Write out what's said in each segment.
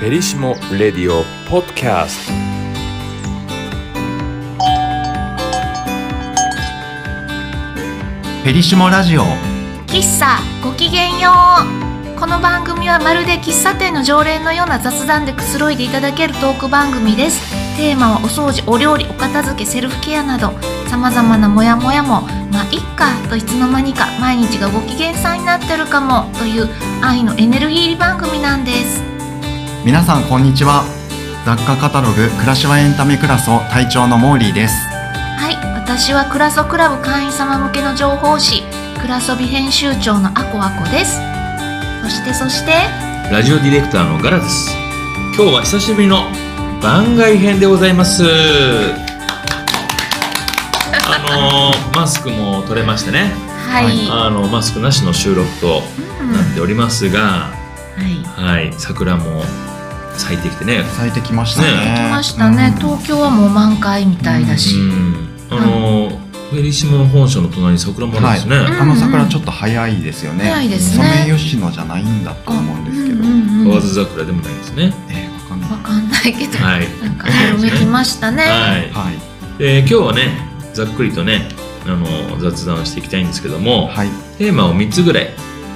フェリシモ・レディオ・ポッドキャストフェリシモラジオ喫茶ごきげんようこの番組はまるで喫茶店の常連のような雑談でくつろいでいただけるトーク番組ですテーマはお掃除お料理お片付けセルフケアなどさまざまなモヤモヤもまあいっかといつの間にか毎日がご機嫌さんになってるかもという愛のエネルギー入り番組なんです皆さんこんにちは雑貨カタログ暮らしはエンタメクラスを隊長のモーリーですはい私はクラソクラブ会員様向けの情報誌クラソビ編集長のアコアコですそしてそしてラジオディレクターのガラです。今日は久しぶりの番外編でございます。あのーマスクも取れましてね、はい、はいはあのマスクなしの収録とうんなっておりますが、いはい、桜も咲いてきてね。咲いてきましたねね来ましたね、東京はもう満開みたいだうし、ん、あのーフェリシモの本社の隣に桜もあるんですね。はいあの桜ちょっと早いですよね早いですソねメイヨシノじゃないんだと思うんですけど、うんうんうん河津桜でもないですね。えーわかんないわかんないけど、はい。なんかね上来ましたね、はい。はいで今日はね、ざっくりとね、あのー雑談をしていきたいんですけども、はいテーマを3つぐらい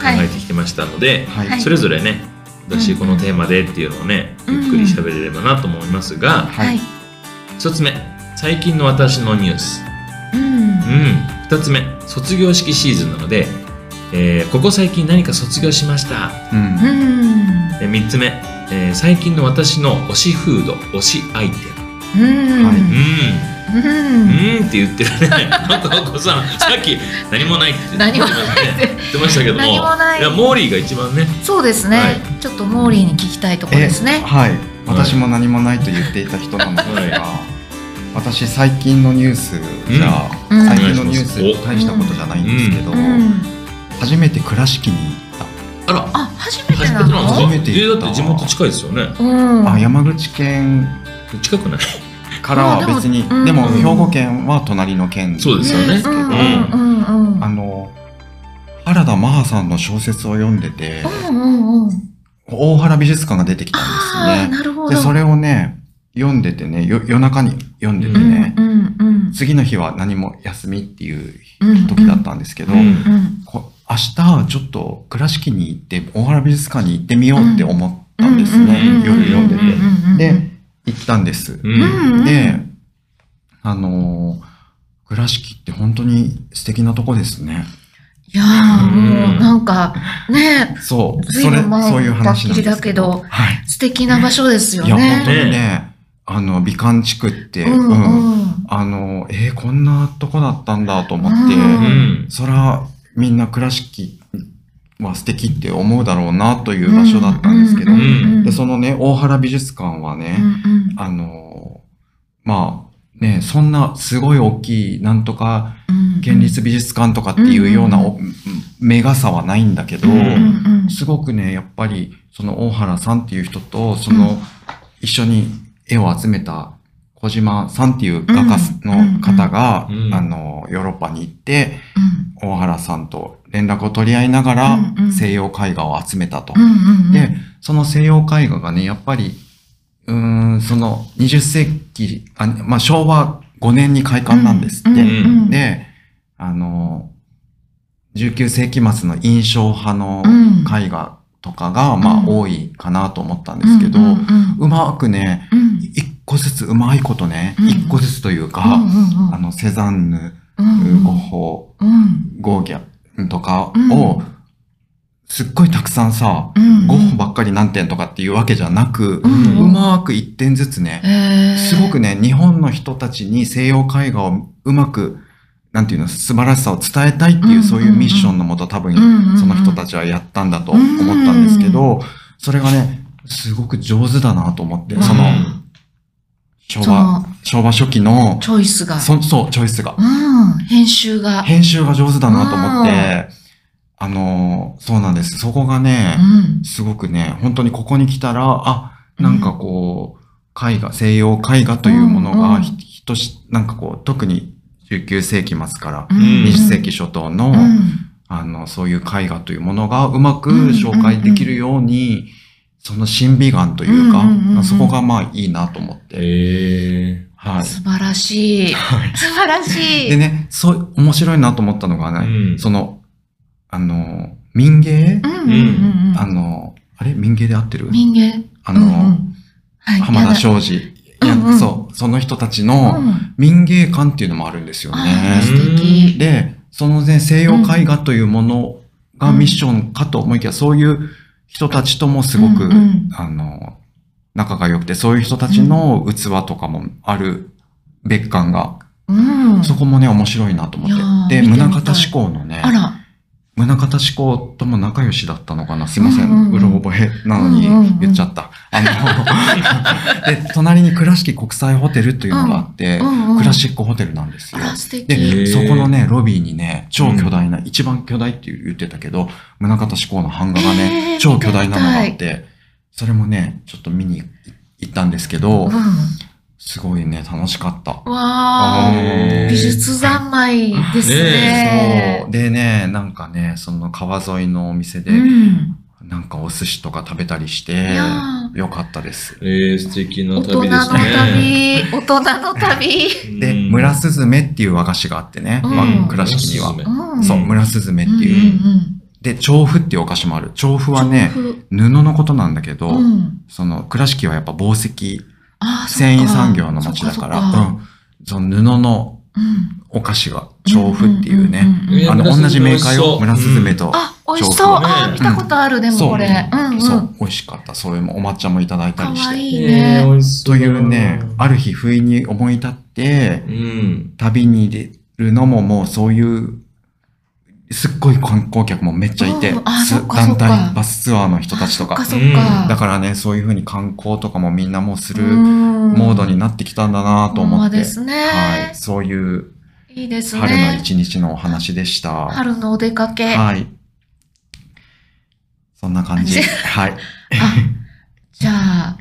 考はいえてきてましたので、はい、はいそれぞれね私このテーマでっていうのをねゆっくり喋れればなと思いますが、ははいい一1つ目最近の私のニュース、うんうん、2つ目卒業式シーズンなので、えーここ最近何か卒業しましたうんうん、で3つ目、えー最近の私の推しフード推しアイテうん、はいうん、ムうんうんって言ってる ねなんかお子さんさっき何もないって何もないって言ってましたけども何もないやモーリーが一番ねそうですね、はいちょっとモーリーに聞きたいところですねはい私も何もないと言っていた人なのですが、私最近のニュースじゃ、うんうん最近のニュース大したことじゃないんですけど、うん初めて倉敷に行ったあらあ初めて初めなてのなんですか初めて行えっただって地元近いですよねうんあ山口県近くないからは別に、まあででももうん兵庫県は隣の県そうですよねけど、うんうんうんうんあの原田真帆さんの小説を読んでて、うんうんうん大原美術館が出てきたああんですなるね。ほどでそれをね読んでてねよ夜中に読んでてうんね、うんうん次の日は何も休みっていううん時だったんですけど、うんうんこ明日ちょっと倉敷に行って大原美術館に行ってみようって思ったんですね、うんうんうん夜読んでて。うんで行ったんです。ううんんうんで、あのー倉敷って本当に素敵なとこですね。いやうー、んもうなんか、ね、そう、ずいそれ、ぶん前そういう話なんですけど。だっきりだけどはい。素敵な場所ですよいや、本当ね。にね、あの、美観地区って、ううんうんん。あの、えーこんなとこだったんだと思って、うんうんそら、みんな倉敷は素敵って思うだろうなという場所だったんですけど、うんうんうんで、そのね、大原美術館はね、うんあのーまあ、ね、そんなすごい大きい、なんとかうん県立美術館とかっていうようなおメガさはないんだけど、ううんうんすごくね、やっぱり、その大原さんっていう人と、その、一緒に絵を集めた小島さんっていう画家の方が、うんうんあの、ヨーロッパに行って、うん大原さんと連絡を取り合いながらうんう、ん西洋絵画を集めたと。うんうんうんで、その西洋絵画がね、やっぱり、うーん、その20世紀、あまあ、昭和5年に開館なんですって。うんうんで、あの、19世紀末の印象派のうん絵画とかが、まあ、うん多いかなと思ったんですけど、ううんうんまくね、うんうん一個ずつ、うまいことね、うん一個ずつというか、あの、セザンヌ、うんうんゴッホ、うんゴーギャンとかを、うんすっごいたくさんさ、うんゴッホばっかり何点とかっていうわけじゃなく、ううんまく一点ずつね、へーすごくね、日本の人たちに西洋絵画をうまく、なんていうの、素晴らしさを伝えたいってうんいうんうう、んそういうミッションのもと多分うんうんうんその人たちはやったんだと思ったんですけど、それがね、すごく上手だなと思って、うんそのうん昭そ和、の昭和初期の、チョイスが、そそう、チョイスがう。ん、編集が、編集が上手だなと思って、あのー、そうなんです。そこがね、うんすごくね、本当にここに来たら、あ、なんかこう、絵画、西洋絵画というものうんうがんひ、ひとし、なんかこう、特に19世紀末からうんうん20世紀初頭の、うんあの、そういう絵画というものがうまくうん紹介できるように、その審美眼というか、うんうんうんうんそこがまあいいなと思って。えはい。素晴らしい。はい素晴らしい。でね、そう、面白いなと思ったのがね、うんその、あの、民芸、うんうんうんうん。あの、あれ民芸で合ってる民芸。あの、うんうんはい、浜田庄司。やだいやうんうんそう、その人たちやだうのん民芸館っていうのもあるんですよあーね。素敵。で、そのね、西洋絵画というものがミッションかと思いきや、そういう人たちともすごく、うんうんあの、仲が良くて、そういう人たちの器とかもある別館が、うん。そこもね、面白いなと思いやーって。で、見てみたい宗像志功のね、あら。宗像志功とも仲良しだったのかなすいません。ううんうんうんろ覚えなのうんうんうんに言っちゃった。あの、で、 隣に倉敷国際ホテルというのがあって、うんうんクラシックホテルなんですあよ。ら、素敵。へで、ーそこのね、ロビーにね、超巨大な、一番巨大って言ってたけど、宗像志功の版画がえーね、超巨大なのがあって、それもね、ちょっと見に行ったんですけうどん、。すごいね、楽しかった。わー。えー美術三昧ですそねう。。でね、なんかね、その川沿いのお店で、うん。なんかお寿司とか食べたりしていや、ーよかったです。えー、素敵な大人旅でのしたね。旅、大人の旅。で、うん村すずめっていう和菓子があってね、うんまあ倉敷には。う ん。そう、うん村すずめってうんうんいう。うん。で、調布っていうお菓子もある。調布はね、ふ布のことなんだけど、うん。その倉敷はやっぱ紡績、あー繊維産業の町だから、そっそっうん、その布のうん。お菓子が調布っていうね、んんんんうんあの村同雀じメーカーよ、美味村しそうすずめと。あ、美味しそ調う。布ねあー、見たことある、でもこれ。うんうん。そう、美味しかった。それもお抹茶もいただいたかりしわて。いいえーね。美味しそというね、ある。る日不意に思い立ってう、ん。旅に出るのももうそういう、すっごい観光客もめっちゃいて、うんあすそっかそっ団か体バスツアーの人たちとそっかか。そっか。だからね、そういうふうに観光とかもみんなもうするモモードになってきたんだなと思って、ですね。はい、そういういいですね。春の一日のお話でした。春のお出かけ。あ、はい。そんな感じ。はい。じゃあ、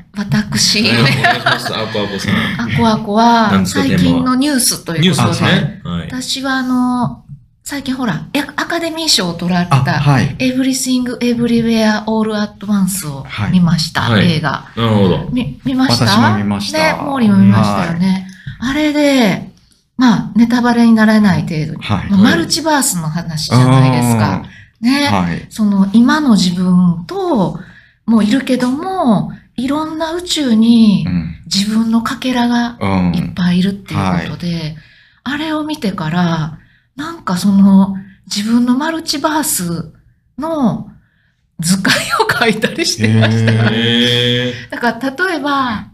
私え、ーお願いします。アコア コさん。アコアコなんはですか最近のニュースといニュうーこスとですで、ね。はい。私はあの、最近ほら、やアカデミー賞を取られあ、た、はい。 Everything Everywhere All at Once をはい見ました、はい映画。なるほど。み見ました私も見ましたね、モーリーも見ましたよね。あれで、まあ、ネタバレにならない程度に。はい。まあマルチバースの話じゃないですか。うね、ん。はい。その今の自分ともいるけども、いろんな宇宙にうん。自分のかけらがうんいっぱいいるっていうことで、あれを見てから、なんかその自分のマルチバースの図解を書いたりしてました。へーえだから例えば、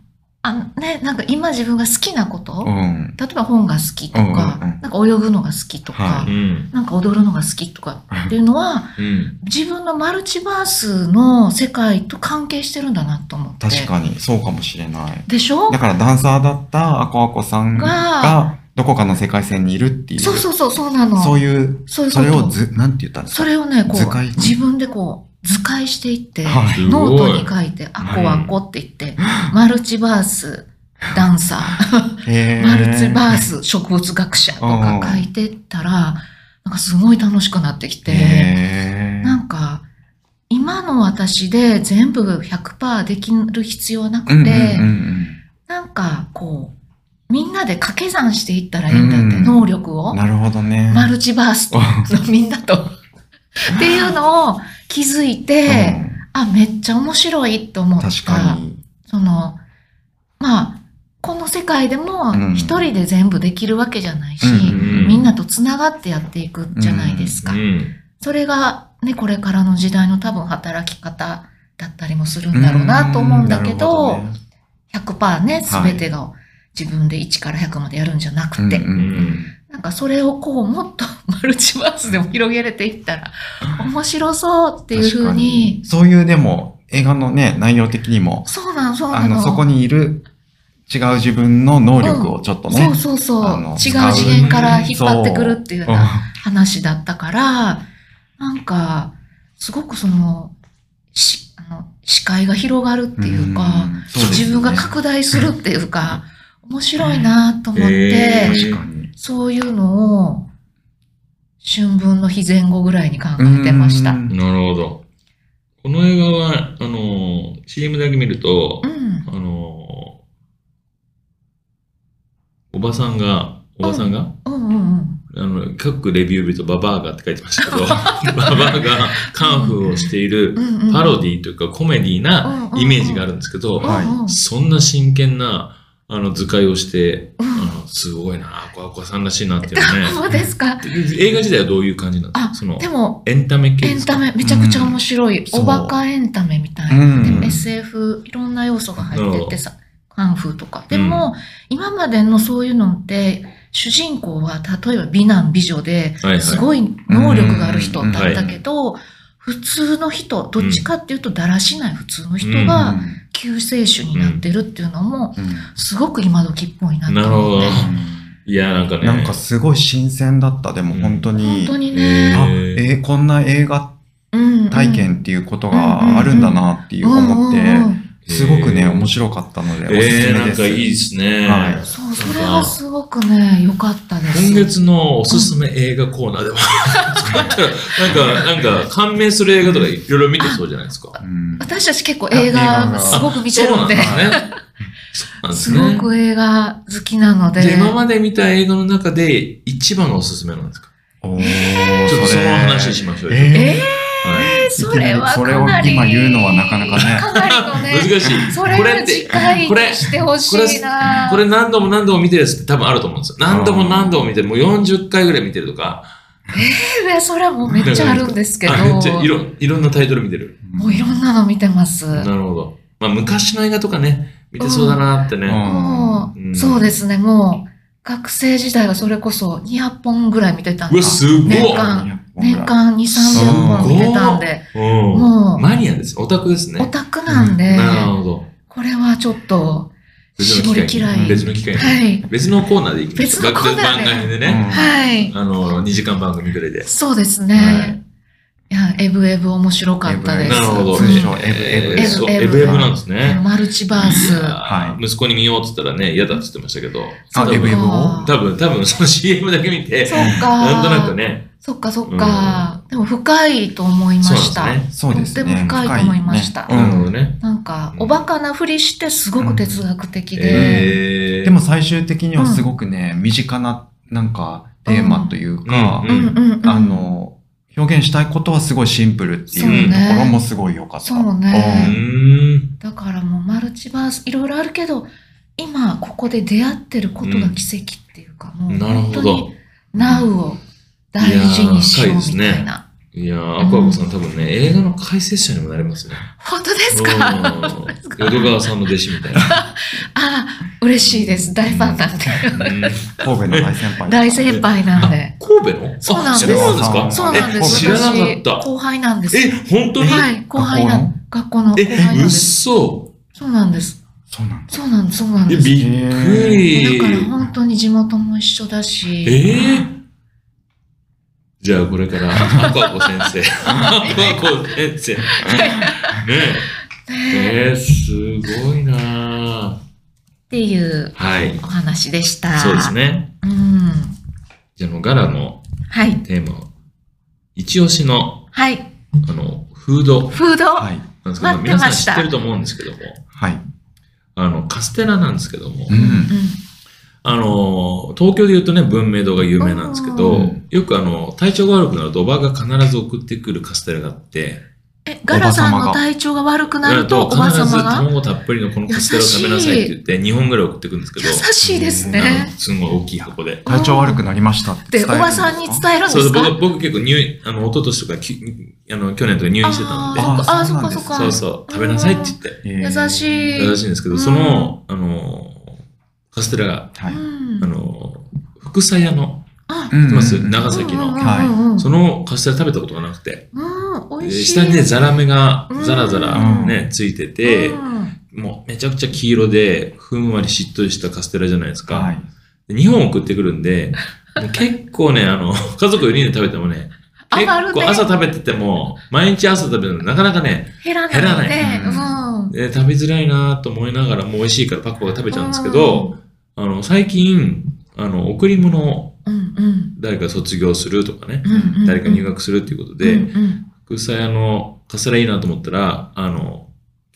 あのね、なんか今自分が好きなこと、うん。例えば本が好きとか、うんうんうんなんか泳ぐのが好きとか、はー。うん。なんか踊るのが好きとかっていうのは、うん。自分のマルチバースの世界と関係してるんだなと思って。確かに、そうかもしれない。でしょだからダンサーだったアコアコさんがが、どこかの世界線にいるっていう。そうそうそう、そうなの。そういう、そういうこそとれをず、なんて言ったんですかそれをね、こ図解う、自分でこう、図解していって、はすい。ノーごトいに。書いて、あこあこって言って、マルチバース、ダンサー、へーマルチバース、植物学者とか書いてったら、なんかすごい楽しくなってきて、へーなんか、今の私で全部100%できる必要はなくて、うんうんうんなんかこう、みんなで掛け算していったらいいんだって、うん能力うをん。。なるほどね。マルチバースのみんなと。っていうのを気づいて、あ、めっちゃ面白いと思うっんた。確かに。その、まあ、この世界でもうん一人で全部できるわけじゃないし、うんみんなと繋がってやっていくじゃないですか。うん。それがね、これからの時代の多分働き方だったりもするんだろうなと思うんだけうど、んなるほね100%ね、すはいべてが自分で1から100までやるんじゃなくて、うんうんうんなんかそれをこうもっとマルチバースでも広げれていったら面白そうっていうふう確かに、そういうでも、映画のね、内容的にも、そうなの、そうなあの。の、そこにいる違う自分の能力をちょっとねそう、そうそう、あ違のう次元から引っ張ってくるっていうよううんな話だったから、なんか、すごくその、しあの視界が広がるっていうか、んそうですね自分が拡大するっていうか、面白いなと思って、へー確かに。そういうのを、春分の日前後ぐらいに考えてました。うんなるほど。この映画は、あのー、 CM だけ見るとう、ん。あのーおばさんが、おばさんが、うんうんうん。あの、各レビュー人、ババアがって書いて ましたけど、ババアがカンフーをしているうんうんパロディというかコメディなイメージがあるんですけどうんうん、はいうんうんそんな真剣な、あの、図解をして、うんあの、すごいな、アコアコさんらしいなっていうのそね。うですか。映画時代はどういう感じなんですあかその、でもエンタメ系エでンすかタメめちゃくちゃ面白い、そうおバカエンタメみたいな、うんでも SF いろんな要素が入っててさカンフーとかでも、今までのそういうのって主人公は例えば美男美女ではいはいすごい能力がある人だったけど、普通の人どっちかっていうとだらしない普通の人うがん救世主になってるっていうのもうんすごく今時っぽいななるとほ思どって。。いや、なんかね。なんかすごい新鮮だった、でも本当本に。当にえね、あ、へーえーこんな映画うんうん体験っていうことがあるんだなっていう思っうんうんうて、んすごくね、へー面白かったので、おすえすー、なめんかいいで。ですすね。はいそうそれはすごくね良かったです。今月のおすすめ映画コー ナーでも、なんか、なんか、感銘する映画とかいろいろ見てそうじゃないですか。うん私たち結構映あ映画画がすごく見てるので、そうなんですね。そうなんですすね。ごく映画好きなので、で、今まで見た映画の中で一番のおすすめなんですかおーちょっとそれの話しましょうよええはい。ー、それはそれかをなり今言うのはなかなかねかなりのね、難しい。それこれはって次、回これに、してほしいな。これ何度も何度も見てるやつって多分あると思うんですよ。何度も何度も見てる、もう40回ぐらい見てるとか、えーそれはもうめっちゃあるんですけど、あめっちゃいもろいろんなタイトル見てる。ーういろんなの見てます。なるほど。まあ昔の映画とかね、見てそうだなってうね。んもうんう、そうですね、もう、学生時代はそれこそ200本ぐらい見てたんうでわ、すごい年間年間2、300本見てたんで、うもん。うマニアです。オタクですオね。タクなんで、なるほど。これはちょっと、別絞のり機嫌会い。に。別の機会に。はい。別のコーナーでいきま別す。のコーナーで番外編でね。はい。あの、2時間番組ぐらいで。そうですはね。いや、エブエブ面白かったです。なるほど。うん通称エブエブえーそうエエブブエエブブなんですね。マルチバース。はいい。息子に見ようって言ったらね、嫌だって言ってましたけど。あ、多エブエ分ブをあ多分、多分その CM だけ見てそ、っか。なんとなく。ね。そっかそっか。でも深いと思いまそうなんでしすた。ね。そうですね。とっても深いと思いました深いなるほねどうんね。なんか、うんおバカなふりしてすごく哲学的で。えー。でも、最終的にはすごくね、身近な、なんか、テーマというかうんううんんうんうん。あ、の、表現したいことはすごいシンプルっていうそうねところもすごい良かった。そううねーん。だからもうマルチバース、いろいろあるけど、今ここで出会ってることが奇跡っていうか、もうなる本ほ当どに。なうを大事にしようみたいな。いやー、アクアコさん多分ね、映画の解説者にもなれますね。本当ですうんか淀川さんの弟子みたいな。あ嬉しいです。大ファンなんで。うん神戸の大先輩。大先輩なんで。神戸のそうなんですあそうなんですかそうなんでえす。知らなか私っ後輩なんです。た。え、本当にはい、後輩なん学校の後輩なんえ、うでっす。そ。そうなんです。そうなんそうなんです。そうなんえ、でびっくす。り。だから本当に地元も一緒だし。えーじゃあこれから、アクアコ先生。アクアコ先生。ねねえっえー、すごいなーていうはいお。話でした。そうです。ね。うん。じゃあ、あのガラのはい。テーマ、一押しのはい。あの、フードなんフード。だ。はい。ですけど、待って皆まさんし知たってると思うんですけども、はい。あの、カステラなんですけどもう、ん。あの、東京で言うとね、文明堂が有名なんですけどうん、よくあの、体調が悪くなるとおばが必ず送ってくるカステラがあって、え、ガラさんおばさまがの体調が悪くななるると、とおばさ必まずが卵たっぷりのこのカステラを食べなさいって言って、2本ぐらい送ってくるんですけ優 ど、しいですあのね。すごい大きい箱で。体調悪くなりましたっで、ておばさんに伝えるんそでうすか僕僕結構入院、あの、一昨年とかき、あの、去年とか入院してたんで、ああーそそっうなかんあですそっかそっか。そうそう、食べなさいって言って、えー優しい。らしいんですけど、その、あの、カステラが、はい。うんあの、福さ屋の、あうん知ってます長崎の。はいうんうんそのカステラ食べたことがなくて、うん、美で味しい。下にね、ザラメがうんザラザラね、うついててう、んもうめちゃくちゃ黄色で、ふんわりしっとりしたカステラじゃないですはか。い。で2本送ってくるんで、もう結構ね、あの、 家族4人で食べてもね、結余るね構朝食べてても、毎日朝食べてもなかなかね、減らないね。減らうん。で食べづらいなと思いながらもう美味しいからパクパク食べちゃうんですけど、あの、最近、あの、贈り物をうんうん。誰か卒業するとかね、うんうんうん誰か入学するっていうことうで、んうん福祉屋のカステラいいなと思ったら、あの、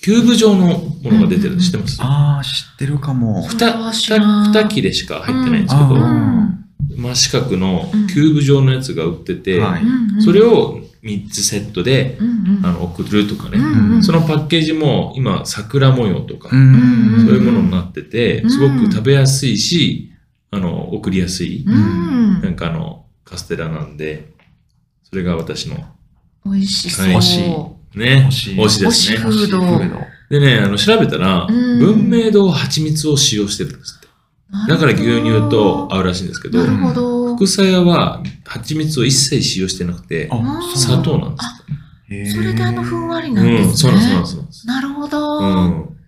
キューブ状のものが出てうんる知ってますああ、知ってるかも。それは知らん 2, 切れしか入ってないんですけあど、ーうん真四角のキューブ状のやつが売ってて、はうんうんうんそれを3つセットでうんうんあの送るとかね、うんうんそのパッケージも今桜模様とか、うんうんそういうものになってて、うんすごく食べやすいしあの送りやすい、うんなんかあのカステラなんでそれが私の美味しそう。はい美味しいね推し推しです推しねフードフード。でねあの調べたら、うん文明堂は蜂蜜を使用してるんですってだから牛乳と合うらしいんですけどなるほど。副菜屋は蜂蜜を一切使用してなくてああー砂糖なんですへーそれであのふんわりうなんですね。んそうなんですそうなんですそうなんですなるほど。うん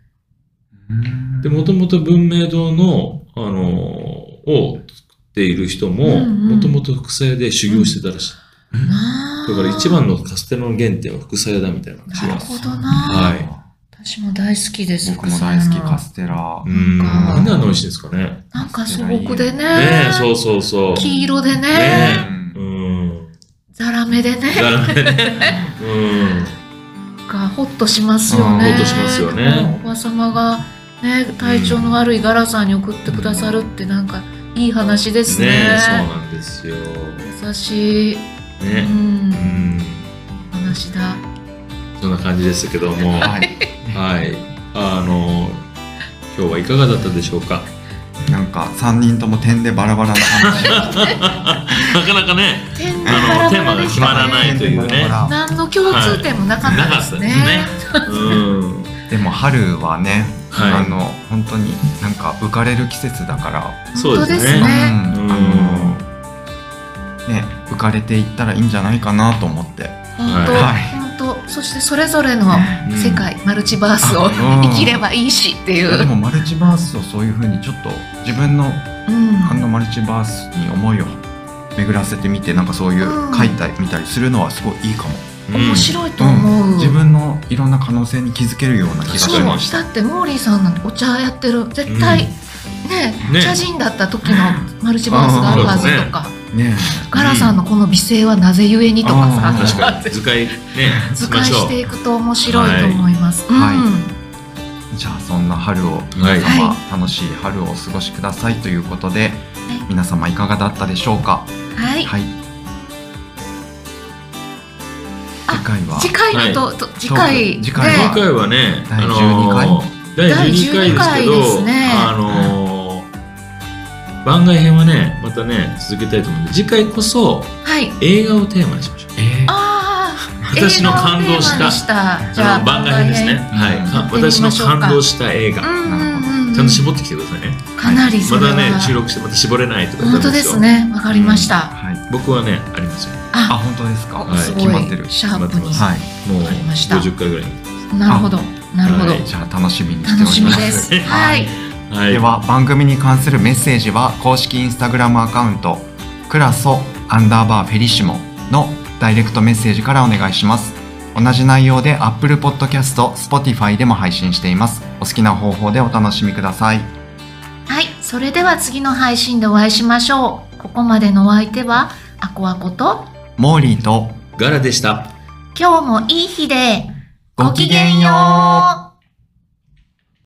うんで、もともと文明堂の、あのーを作っている人うんも、うんもともと副菜屋で修行してたらしい。なあだから一番のカステラの原点は副菜屋だみたいな話なるが。ほどな。は私も大好きです。僕も大好き、カス。ステラう。ん。なんかなんであんな美味しいんですかね。なんか素朴でね。ねえ、そうそうそう。黄色でね。ねうんうん。ザラメでね。だらね。 うん。なんかホッとしますよね。うんホッとしますよねおばさまがね体調の悪いガラさんに送ってくださるってなんかいい話ですね。ねえ、そうなんですよ。優しい、うね。んう、ん。話だ。そんな感じですけども。ははい。い。あのー今日はいかがだったでしょうか。なんか、三人とも点でバラバラな話。なかなかね。天然バあラの、テーバラマがでし決たまらないというね。なかバラバラ何の共通点もなかったでったすですね。ね。うん。でも春はね、はいあの本当になんか浮かれる季節だから、そ本当うですですねね。うんあのね浮かれていったらいいんじゃないかなと思って、本当、はい本当。そしてそれぞれのうん世界、マルチバースをうん生きればいいしっていう。でもマルチバースをそういう風にちょっと自分のうんあのマルチバースに思いを巡らせてみてなんかそういううん書いたり見たりするのはすごいいいかも、うん面白いと思う。うん自分のいろんな可能性に気づけるような気がそうしましただってモーリーさんなんてお茶やってる絶対、ねね茶人だった時のマルチバースがあるはずとか、ねガラさんのこの美声はなぜゆえにとかうん確さかに図解ね図し解ましょしていくと面白いと思います。はいうんえじゃあそんな春をう。はい。皆様、は楽しい春をお過ごしくださいということで、皆様いかがだったでしょうかはいはい。あ次回は次回のと、と次回で次回今回はね、第あの12回ー第12回ですけ第12回ですど、ねあのー番外編はね、またね、続けたいと思うんで、次回こそはい映画をテーマにしましょう。えーあー私の感動し映画のテーマたにしたじゃああの番外編ですね。はいうん。か私の感動した映番画。外編うんうんうんちゃんと絞ってきてくださいね。かなりそまれはたね、収録してまた絞れないとか言っ本た当んですよ。ねわかりました、はい。僕はね、ありますよ。あ、あ本当ですか。はいすご決まってるい。シャープに、決まはい。もうわかりました50回ぐらい。なるほどなるほど、はいじゃあ楽しみにしており楽ます。しみ です。はい。はでは番組に関するメッセージは公式インスタグラムアカウントクラソアンダーバーフェリシモのダイレクトメッセージからお願いします同じ内容で Apple Podcast、Spotify でも配信していますお好きな方法でお楽しみくださいはい。それでは次の配信でお会いしましょう。ここまでのお相手は、アコアコと、モーリーとガラでした。今日もいい日で、ごきげんようう。